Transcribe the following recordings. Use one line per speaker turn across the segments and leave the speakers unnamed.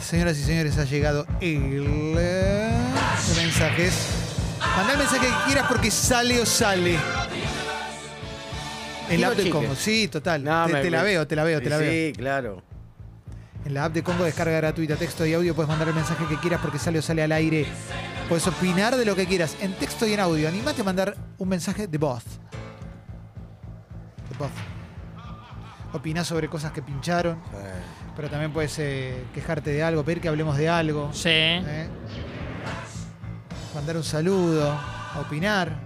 Señoras y señores, ha llegado el eh, de mensajes. Mandá el mensaje que quieras porque sale o sale. En la
Digo
app de
chique.
Congo, sí, total.
No,
te,
me-
te la veo, te la veo, te la
Sí,
veo.
Sí, claro.
En la app de Congo, descarga gratuita, texto y audio, puedes mandar el mensaje que quieras porque sale o sale al aire. Puedes opinar de lo que quieras, en texto y en audio. Animate a mandar un mensaje de voz. De voz. Opinás sobre cosas que pincharon, pero también puedes eh, quejarte de algo, pedir que hablemos de algo.
Sí.
¿eh? Mandar un saludo, a opinar.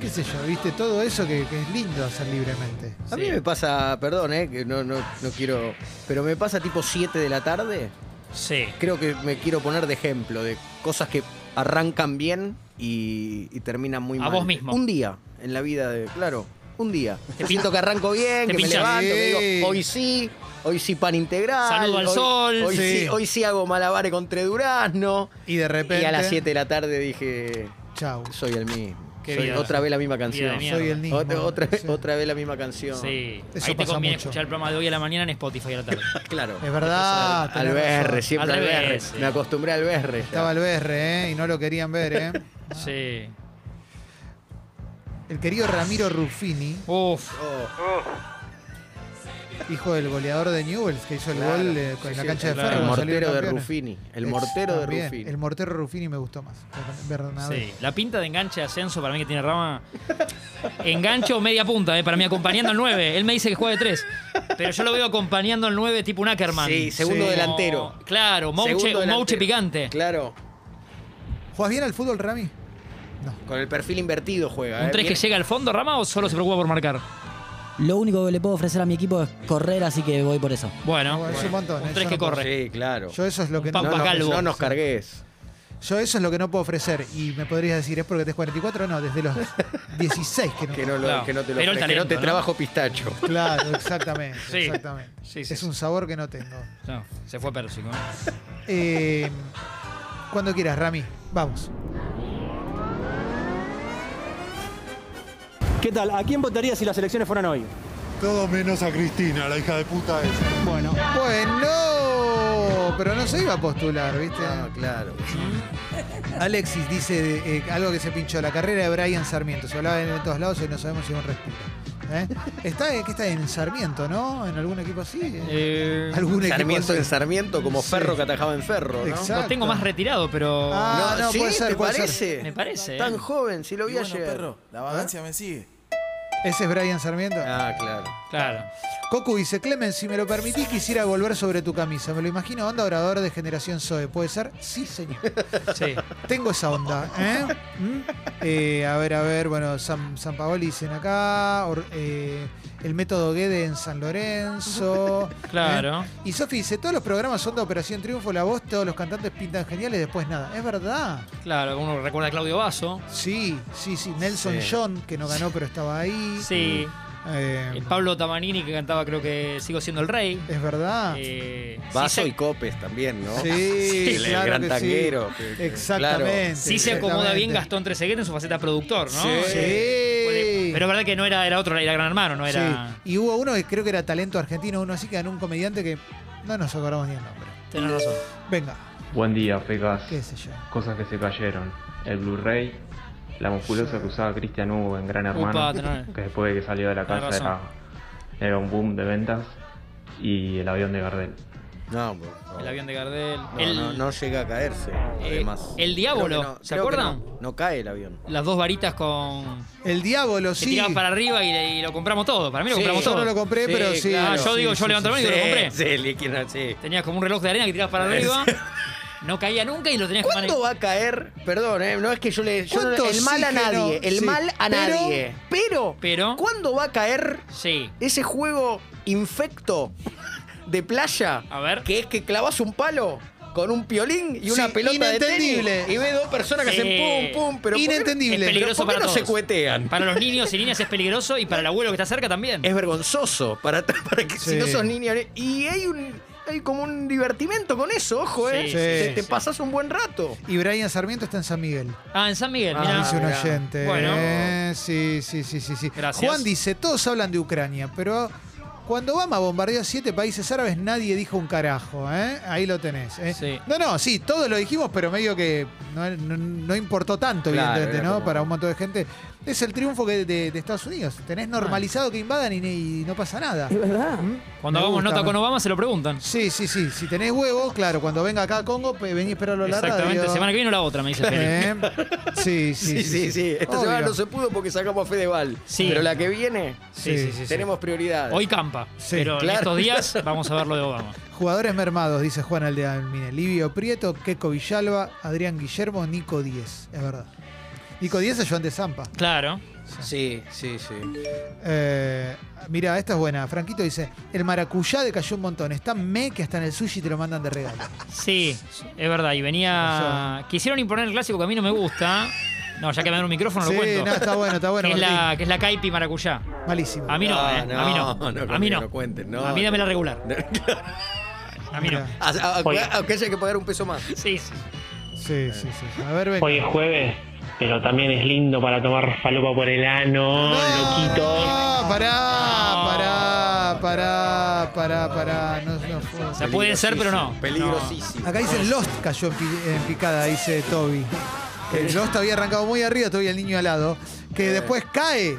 Qué sé yo, viste, todo eso que, que es lindo hacer libremente.
A mí
Sí.
me pasa, perdón, eh, que no, no, no quiero. Pero me pasa tipo 7 de la tarde.
Sí.
Creo que me quiero poner de ejemplo de cosas que arrancan bien y, y terminan muy
A
mal.
vos mismo.
Un día en la vida de. Claro, un día.
Te
siento que arranco bien, que
te
me
pinchás.
levanto, que
Sí.
digo, hoy sí, hoy sí pan integral.
Saludo al
hoy-
sol.
Hoy sí.
Sí.
hoy sí hago malabares contra durazno.
Y de repente.
Y a las 7 de la tarde dije,
Chau.
soy el mismo.
Qué
Soy
vida.
otra vez la misma
Vida de
canción.
mierda.
Soy el mismo.
Otra, otra, vez-
Sí.
otra vez la misma canción.
Sí.
Eso
Ahí te
pasa
conviene
mucho.
escuchar el programa de hoy a la mañana en Spotify a la tarde.
Ah, Claro.
Es verdad,
Al
tenés
BR,
razón.
siempre
Al
al BR.
revés, sí.
Me acostumbré al BR. ya.
Estaba el BR, ¿eh? Y no lo querían ver, ¿eh?
sí.
El querido Ramiro Ruffini,
Uf.
Oh,
hijo del goleador de Newells, que hizo el
Claro.
gol eh, con
Sí,
la
sí,
cancha de
claro.
Ferro.
el
cuando salieron
mortero de
campeones.
Ruffini. El
Ex-
mortero de
también.
Ruffini.
El mortero Ruffini me gustó más. Bernabé.
Sí. La pinta de enganche de ascenso para mí que tiene rama. Engancho o media punta, eh, para mí acompañando al 9. Él me dice que juega de 3. Pero yo lo veo acompañando al 9 tipo un Ackerman.
Sí, segundo
Como-
delantero.
Claro, Mouche,
Segundo
un Mouche
delantero.
picante.
Claro.
¿Juegas bien al fútbol, Rami? No.
Con el perfil invertido juega.
¿Un
eh,
3 que
bien.
llega al fondo, Rama, o solo se preocupa por marcar?
Lo único que le puedo ofrecer a mi equipo es correr, así que voy por eso.
Bueno,
Bueno, es un montón.
un
eh,
3
yo
que
no puedo-
corre.
Sí, claro.
Yo eso es lo que no,
Pampa
no, no,
Calvo.
no nos
Sí.
cargues.
Yo eso es lo que no puedo ofrecer. Y me podrías decir, ¿es porque tenés 44? No, desde los 16 que no.
Que no, lo-
Claro.
que no te lo
Pero el
ofrezca, que no
talento,
te
¿no?
trabajo pistacho.
Claro, exactamente.
Sí.
exactamente.
Sí, sí,
es
sí.
un sabor que no tengo.
No, se fue Pérsico. ¿eh?
Eh, cuando quieras, Rami. Vamos.
¿Qué tal? ¿A quién votaría si las elecciones fueran hoy?
Todo menos a Cristina, la hija de puta esa.
Bueno,
Bueno, pero no se iba a postular, ¿viste?
Ah, claro.
Alexis dice eh, algo que se pinchó, la carrera de Brian Sarmiento. Se hablaba en todos lados y no sabemos si es un respiro. ¿eh? Está, eh, que está en Sarmiento, ¿no? En algún equipo así. eh. algún
Sarmiento en
equipo así.
Sarmiento, como
Sí.
Ferro que atajaba en Ferro. ¿no?
Exacto.
Lo tengo más retirado, pero.
Ah.
No,
no,
sí,
puede ser,
¿te
puede ser.
parece?
Me parece,
Tan
eh.
joven, si lo vi
Y bueno,
ayer.
perro, la vagancia me sigue.
Ese es Brian Sarmiento.
Ah, claro.
Claro.
Cocu dice, Clemen, si me lo permitís, quisiera volver sobre tu camisa. Me lo imagino, onda orador de generación Zoe. ¿Puede ser? Sí, señor.
Sí.
Tengo esa onda, ¿eh? ¿Mm? Eh, a ver, a ver, bueno, San, San Paoli dicen acá, or- eh, el método Guede en San Lorenzo.
Claro.
¿eh? Y Sofi dice, todos los programas son de Operación Triunfo, la voz, todos los cantantes pintan geniales, después nada. Es verdad.
Claro, uno recuerda a Claudio Basso.
Sí, sí, sí. Nelson
Sí.
John, que no ganó pero estaba ahí.
Sí.
Eh,
El Pablo Tamanini que cantaba creo que Sigo siendo el rey.
es verdad.
Eh,
Vaso
sí se-
y Copes también, ¿no?
Sí,
El, el
claro
gran
que sí. Eh,
tanguero. que- que-
Exactamente.
sí se acomoda bien
exactamente.
Gastón Trezeguet en su faceta productor, ¿no? Eh,
Sí.
Puede- Pero es verdad que no era, era otro, era Gran Hermano, no era...
Sí, Y hubo uno que creo que era talento argentino, uno así que ganó un comediante que no nos acordamos ni el nombre.
Tenés razón.
Venga,
Buen día, Fecas.
qué sé yo.
Cosas que se cayeron. El Blu-ray, la musculosa que usaba Cristian Hugo en Gran Hermano,
Upa, tenés-
que después de que salió de la
tenés
casa era, era un boom de ventas, y el avión de Gardel.
No, por favor.
El avión de Gardel.
No,
el,
no, no llega a caerse, además.
el Diablo,
Creo que no-
¿se
creo que
acuerdan?
No, no cae el avión.
Las dos varitas con...
El diablo,
Que
sí.
tiraban para arriba y, y lo compramos todo. Para mí lo
Sí,
compramos
Yo no
todo.
lo compré,
Sí,
pero sí.
claro,
Ah, yo
sí,
digo,
sí,
yo levanto la mano y digo, lo compré.
Sí, le quiero- sí.
Tenías como un reloj de arena que tirabas para arriba. No caía nunca y lo tenías que
¿Cuándo va a caer? Perdón, eh, no es que yo le. yo no-
¿Cuánto
el mal a
oxígeno?
nadie. El
Sí,
mal a
pero-
nadie. Pero,
Pero-
¿Cuándo va a caer
Sí.
ese juego infecto de playa?
A ver.
Que es que clavas un palo con un piolín y una
Sí,
pelota de tenis.
inentendible.
Y ve dos personas que
Sí.
hacen pum, pum, pero. ¿por qué-
Inentendible.
Es peligroso
Eh, pero ¿por qué
para
no
todos.
se cuetean?
Para los niños y niñas es peligroso y para el abuelo que está cerca también.
Es vergonzoso para, para que
Sí.
si no sos niño. eh, Y hay un. Hay como un divertimento con eso, ojo,
Sí,
eh.
sí,
te
sí,
te
sí.
pasás un buen rato.
Y Brian Sarmiento está en San Miguel.
Ah, en San Miguel,
Ah,
mirá.
dice un
mirá.
oyente.
Bueno.
eh, Sí, sí, sí, sí, sí.
Gracias.
Juan dice, todos hablan de Ucrania, pero Cuando Obama bombardeó siete países árabes, nadie dijo un carajo, ¿eh? Ahí lo tenés. ¿eh?
Sí.
No, no, sí, todos lo dijimos, pero medio que no, no- no importó tanto,
Claro,
evidentemente,
era
¿no?
como-
Para un montón de gente. Es el triunfo que de, de Estados Unidos. Tenés normalizado que invadan y, y no pasa nada.
Es verdad.
Cuando
Me
hagamos
gusta,
nota
me-
con Obama se lo preguntan.
Sí, sí, sí. Si tenés huevos, claro, cuando venga acá a Congo, pe- vení a esperarlo a la
Exactamente,
radio.
semana que viene o la otra, me dice Felipe.
¿Eh? Sí, sí,
Sí, sí, sí. Esta
Obvio.
semana no se pudo porque sacamos a Fedeval.
Sí.
Pero la que viene,
Sí, sí, sí, sí.
tenemos prioridad.
Hoy campa,
Sí,
pero en
claro.
estos días vamos a ver lo de Obama.
Jugadores mermados, dice Juan Aldeamine. Livio Prieto, Keco Villalba, Adrián Guillermo, Nico Díez. Es verdad. Nico Díez es Joan de Zampa.
Claro.
Sí, sí, sí.
Eh, mira, esta es buena. Franquito dice: El maracuyá decayó un montón. Está me que hasta en el sushi te lo mandan de regalo.
Sí, es verdad. Y venía. Quisieron imponer el clásico que a mí no me gusta. No, ya que me dan un micrófono
sí,
lo cuento.
no, está bueno, está bueno.
que, es
Martín.
la, que es la caipi maracuyá.
Malísimo.
A mí no,
No,
eh. a mí no.
no, no,
a mí
que
no.
no cuenten, no.
A mí dame la regular. A mí no.
Mira.
A- a- a-
Oiga.
Aunque haya que pagar un peso más.
Sí, sí.
Sí, sí, sí. A ver, venga.
Hoy es jueves, pero también es lindo para tomar falopa por el ano, loquitos.
no, pará, pará, pará, pará, pará. No, no fue.
O sea, puede ser, pero no.
Peligrosísimo.
Acá dice Lost cayó en, pi- en picada, dice Toby. Que Lost había arrancado muy arriba, todavía el niño al lado. Que después cae,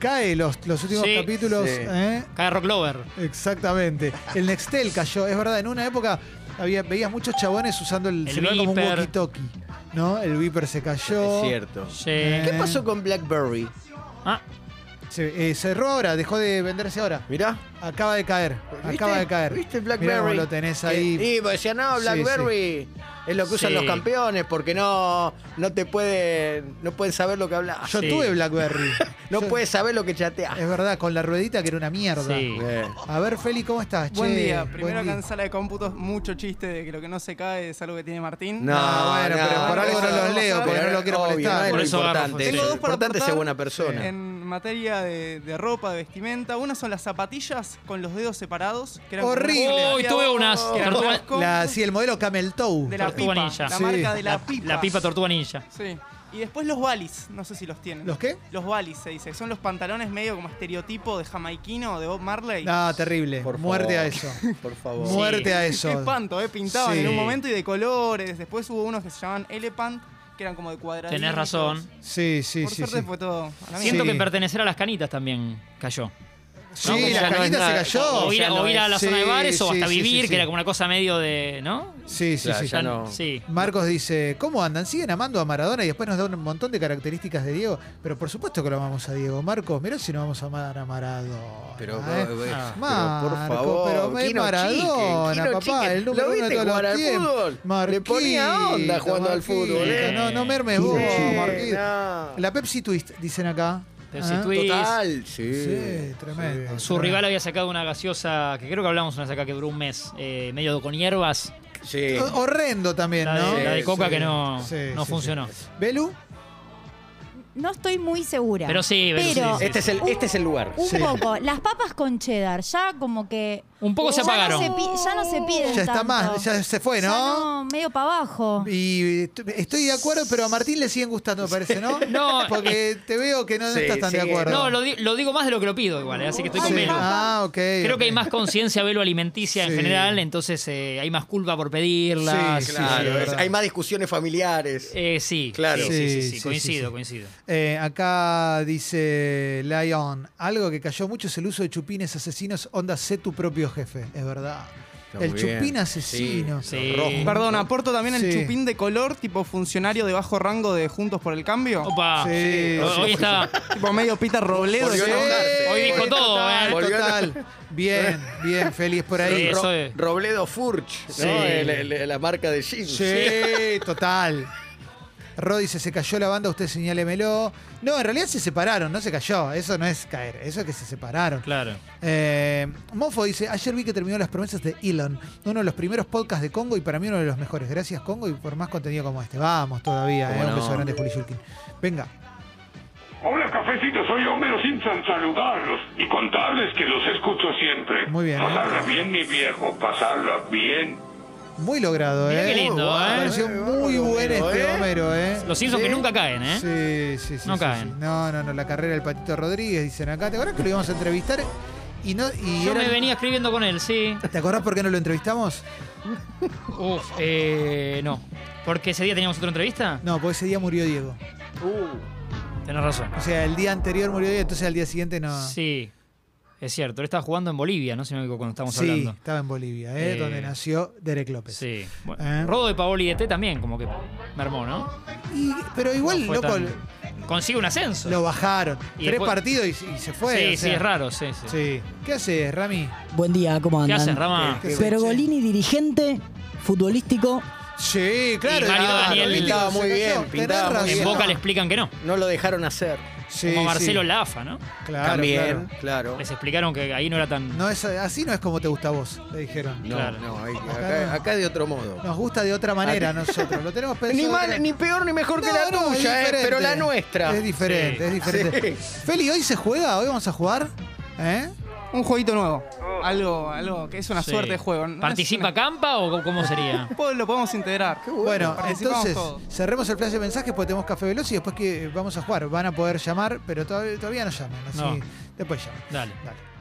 cae Lost, los últimos
Sí,
capítulos.
sí.
¿eh?
Cada rock lover.
Exactamente. El Nextel cayó, es verdad, en una época había, veías muchos chabones usando el,
El
celular como un
Viper.
walkie-talkie. ¿No? El Viper se cayó.
Es cierto.
Sí.
Eh.
Ah, ¿Qué pasó con Blackberry?
Ah,
Se, eh, cerró ahora, dejó de venderse ahora.
Mirá.
Acaba de caer.
¿Viste?
Acaba de caer.
¿Viste
Mirá
Blackberry?
cómo lo tenés ahí.
Que- Y pues decía, no,
Sí,
Blackberry es lo que usan
Sí.
los campeones porque no, no te pueden, no pueden saber lo que hablas.
Yo
Sí.
tuve Blackberry.
No
Yo- Eh,
puedes saber lo que chateas.
Es verdad, con la ruedita que era una mierda.
sí.
Eh,
A ver, Feli, ¿cómo estás?
Buen
Che,
día.
buen
Primero que
día.
en sala de cómputos, mucho chiste de que lo que no se cae es algo que tiene Martín.
No,
Ah, bueno,
no,
pero por algo
no,
no
eso
los
no
leo,
pasa
porque no
nada.
lo quiero
Obvio,
molestar.
no es
Por
lo
eso agarro
importante.
fotos.
Lo
Tengo dos para
importante es ser
aportar.
buena persona.
En materia de, de ropa, de vestimenta, una son las zapatillas con los dedos separados. Que eran
Horrible.
como-
Hoy tuve unas
Que eran
tortugas-
como-
La, sí, el modelo Camel Toe.
de la
Tortuga
pipa.
ninja.
La
Sí.
marca de la,
La,
pipa.
la pipa tortuga ninja.
Sí. Y después los balis, no sé si los tienen.
¿Los qué?
Los balis se dice, son los pantalones medio como estereotipo de jamaiquino o de Bob Marley.
No, terrible.
Por
Muerte a
favor.
eso.
Por favor.
Sí.
Muerte a
Qué
eso.
espanto, ¿eh? Pintaban
Sí.
en un momento y de colores. Después hubo unos que se llamaban Elephant, que eran como de cuadraditos.
Tenés razón.
Sí, sí,
Por
sí.
suerte
sí.
fue todo. a la
Siento
mierda.
Sí.
que pertenecer a las canitas también cayó.
Sí,
No, como
la
ya no es
cañita se
nada.
cayó.
O ir, a- o ir a la
Sí,
zona de bares o
sí,
hasta
sí, sí,
vivir,
sí.
que era como una cosa medio de. ¿No?
Sí, sí,
Claro,
sí.
ya no.
Sí.
Marcos dice, ¿cómo andan? ¿Siguen amando a Maradona? Y después nos da un montón de características de Diego. Pero por supuesto que lo amamos a Diego. Marcos, mirá si no vamos a amar a Maradona.
Pero,
¿eh?
eh,
Ah.
pero por favor,
pero es
Kino
Maradona,
Chiquen, Kino
papá,
Chiquen.
el número
¿Lo
uno de
viste
todos
jugar
los
al
tiempos.
fútbol? Le
Marquito,
ponía onda jugando al
Marquito,
fútbol. eh.
No, no mermes
Kino
vos,
Chiquen.
Marquito.
No.
La Pepsi Twist, dicen acá.
Pepsi
Ah,
Twist.
Total, sí.
Sí, tremendo.
Su rival había sacado una gaseosa, que creo que hablamos una acá que duró un mes, eh, medio con hierbas,
Sí.
Ho- Horrendo también,
la de,
¿no?
la de
Sí,
coca
sí.
que no,
Sí,
no
sí,
funcionó.
¿Belu?
No estoy muy segura.
Pero sí, pero
pero
sí, sí,
Este es el, este es el lugar.
un
oh. Sí.
poco. Las papas con cheddar ya como que
Un poco se
ya no
apagaron.
se pi- ya no se piden
Ya está
tanto.
más, ya se fue,
Ya
¿no?
medio para abajo.
Y t- estoy de acuerdo, pero a Martín le siguen gustando, me parece, ¿no?
No,
Porque te veo que no
Sí,
estás tan de
sí.
acuerdo.
No, lo, di- lo digo más de lo que lo pido igual, eh, así que estoy con
Sí.
Belu.
Ah, ok.
Creo
ok.
que hay más conciencia velo alimenticia
Sí.
en general, entonces eh, hay más culpa por pedirla.
Sí,
Sí,
sí,
Claro,
es
es-
verdad.
hay más discusiones familiares.
Eh, sí,
Claro.
sí, sí, sí, sí,
Sí, sí,
coincido,
sí.
coincido.
Eh, acá dice Lion, algo que cayó mucho es el uso de chupines asesinos, onda sé tu propio jefe, es verdad.
Está
el
muy
chupín
bien.
asesino.
Sí.
rojo.
Perdón, aporto también el
Sí.
chupín de color, tipo funcionario de bajo rango de Juntos por el Cambio.
Opa,
Sí,
hoy,
sí,
hoy
sí.
está...
Tipo medio Peter Robledo.
Volvió a
¿sí?
enojarse.
Hoy dijo todo,
total,
¿eh?
Volvió a-
total. Bien, bien, feliz por ahí.
Sí,
Ro-
eso es.
Robledo Furch,
Sí.
¿no? El- el- la marca de jeans.
Sí, total. Rod dice, se cayó la banda, usted señálemelo. No, en realidad se separaron, no se cayó. Eso no es caer, eso es que se separaron.
Claro.
Eh, Mofo dice, ayer vi que terminó Las Promesas de Elon, uno de los primeros podcasts de Congo y para mí uno de los mejores. Gracias Congo y por más contenido como este. Vamos todavía,
¿Cómo
eh, un
no?
beso grande Juli Shulkin. Venga.
Hola, cafecito, soy Homero Simpson, saludarlos y contarles que los escucho siempre.
Muy bien, ¿eh?
Pasarla bien, mi viejo, pasarla bien.
Muy logrado,
Mirá
eh.
qué lindo,
Me
¿eh?
pareció muy buen este Homero, eh.
Los Simpsons que nunca caen, ¿eh?
Sí, sí, sí.
No
sí,
caen.
sí. No, no, no. La carrera del Patito Rodríguez, dicen acá. ¿Te acuerdas que lo íbamos a entrevistar? Y no, y
Yo
eran-
me venía escribiendo con él, sí.
¿Te acordás por qué no lo entrevistamos?
Uf, eh, no. Porque ese día teníamos otra entrevista.
No, porque ese día murió Diego.
Tenés razón.
O sea, el día anterior murió Diego, entonces al día siguiente no.
Ah. Sí, es cierto. Él estaba jugando en Bolivia, no sé cuando estábamos
Sí,
hablando.
estaba en Bolivia, ¿eh?
Eh,
donde nació Derek López.
Sí. Bueno,
Eh.
Rodo de Paoli de T también, como que mermó, ¿no?
Y- pero igual,
No fue
loco,
tan- Consigue un ascenso.
lo bajaron.
Y
Tres
después-
partidos y, y se fue.
sí,
o
sí,
sea.
es raro, sí, sí.
Sí. ¿Qué haces, Rami?
Buen día, ¿cómo
¿Qué
andan?
haces, Rama?
¿Qué- qué-
Pergolini, dirigente futbolístico.
Sí, claro.
Y Mario
ah,
Daniel
Rolito,
pintaba
se
muy
cayó.
bien,
Tenés
pintaba muy
razón.
En
bien.
Boca le explican que no.
No lo dejaron hacer.
Sí,
Como
sí.
Marcelo Lafa, ¿no?
Claro,
También,
claro.
claro.
Les explicaron que ahí no era tan.
No es, así no es como te gusta a vos, le dijeron.
No,
Claro.
no, hay-
Acá
acá,
no.
acá de otro modo.
Nos gusta de otra manera a nosotros. Lo tenemos pensado.
Ni,
de
mal-
otra-
ni peor ni mejor que la
No, no, es
tuya, eh,
diferente.
pero la nuestra.
Es diferente,
Sí.
es diferente. Feli, ¿hoy se juega? ¿Hoy vamos a jugar? ¿Eh?
Un jueguito nuevo. Algo, algo que es una
Sí.
suerte de juego. ¿no?
¿Participa
Es una-
Campa o cómo sería?
Pues Lo podemos integrar.
Bueno,
Participamos
entonces
todos.
cerremos el flash de mensajes porque tenemos café veloz y después que vamos a jugar. Van a poder llamar, pero todavía, todavía no llaman. Así,
No.
Después llaman.
Dale.
Dale.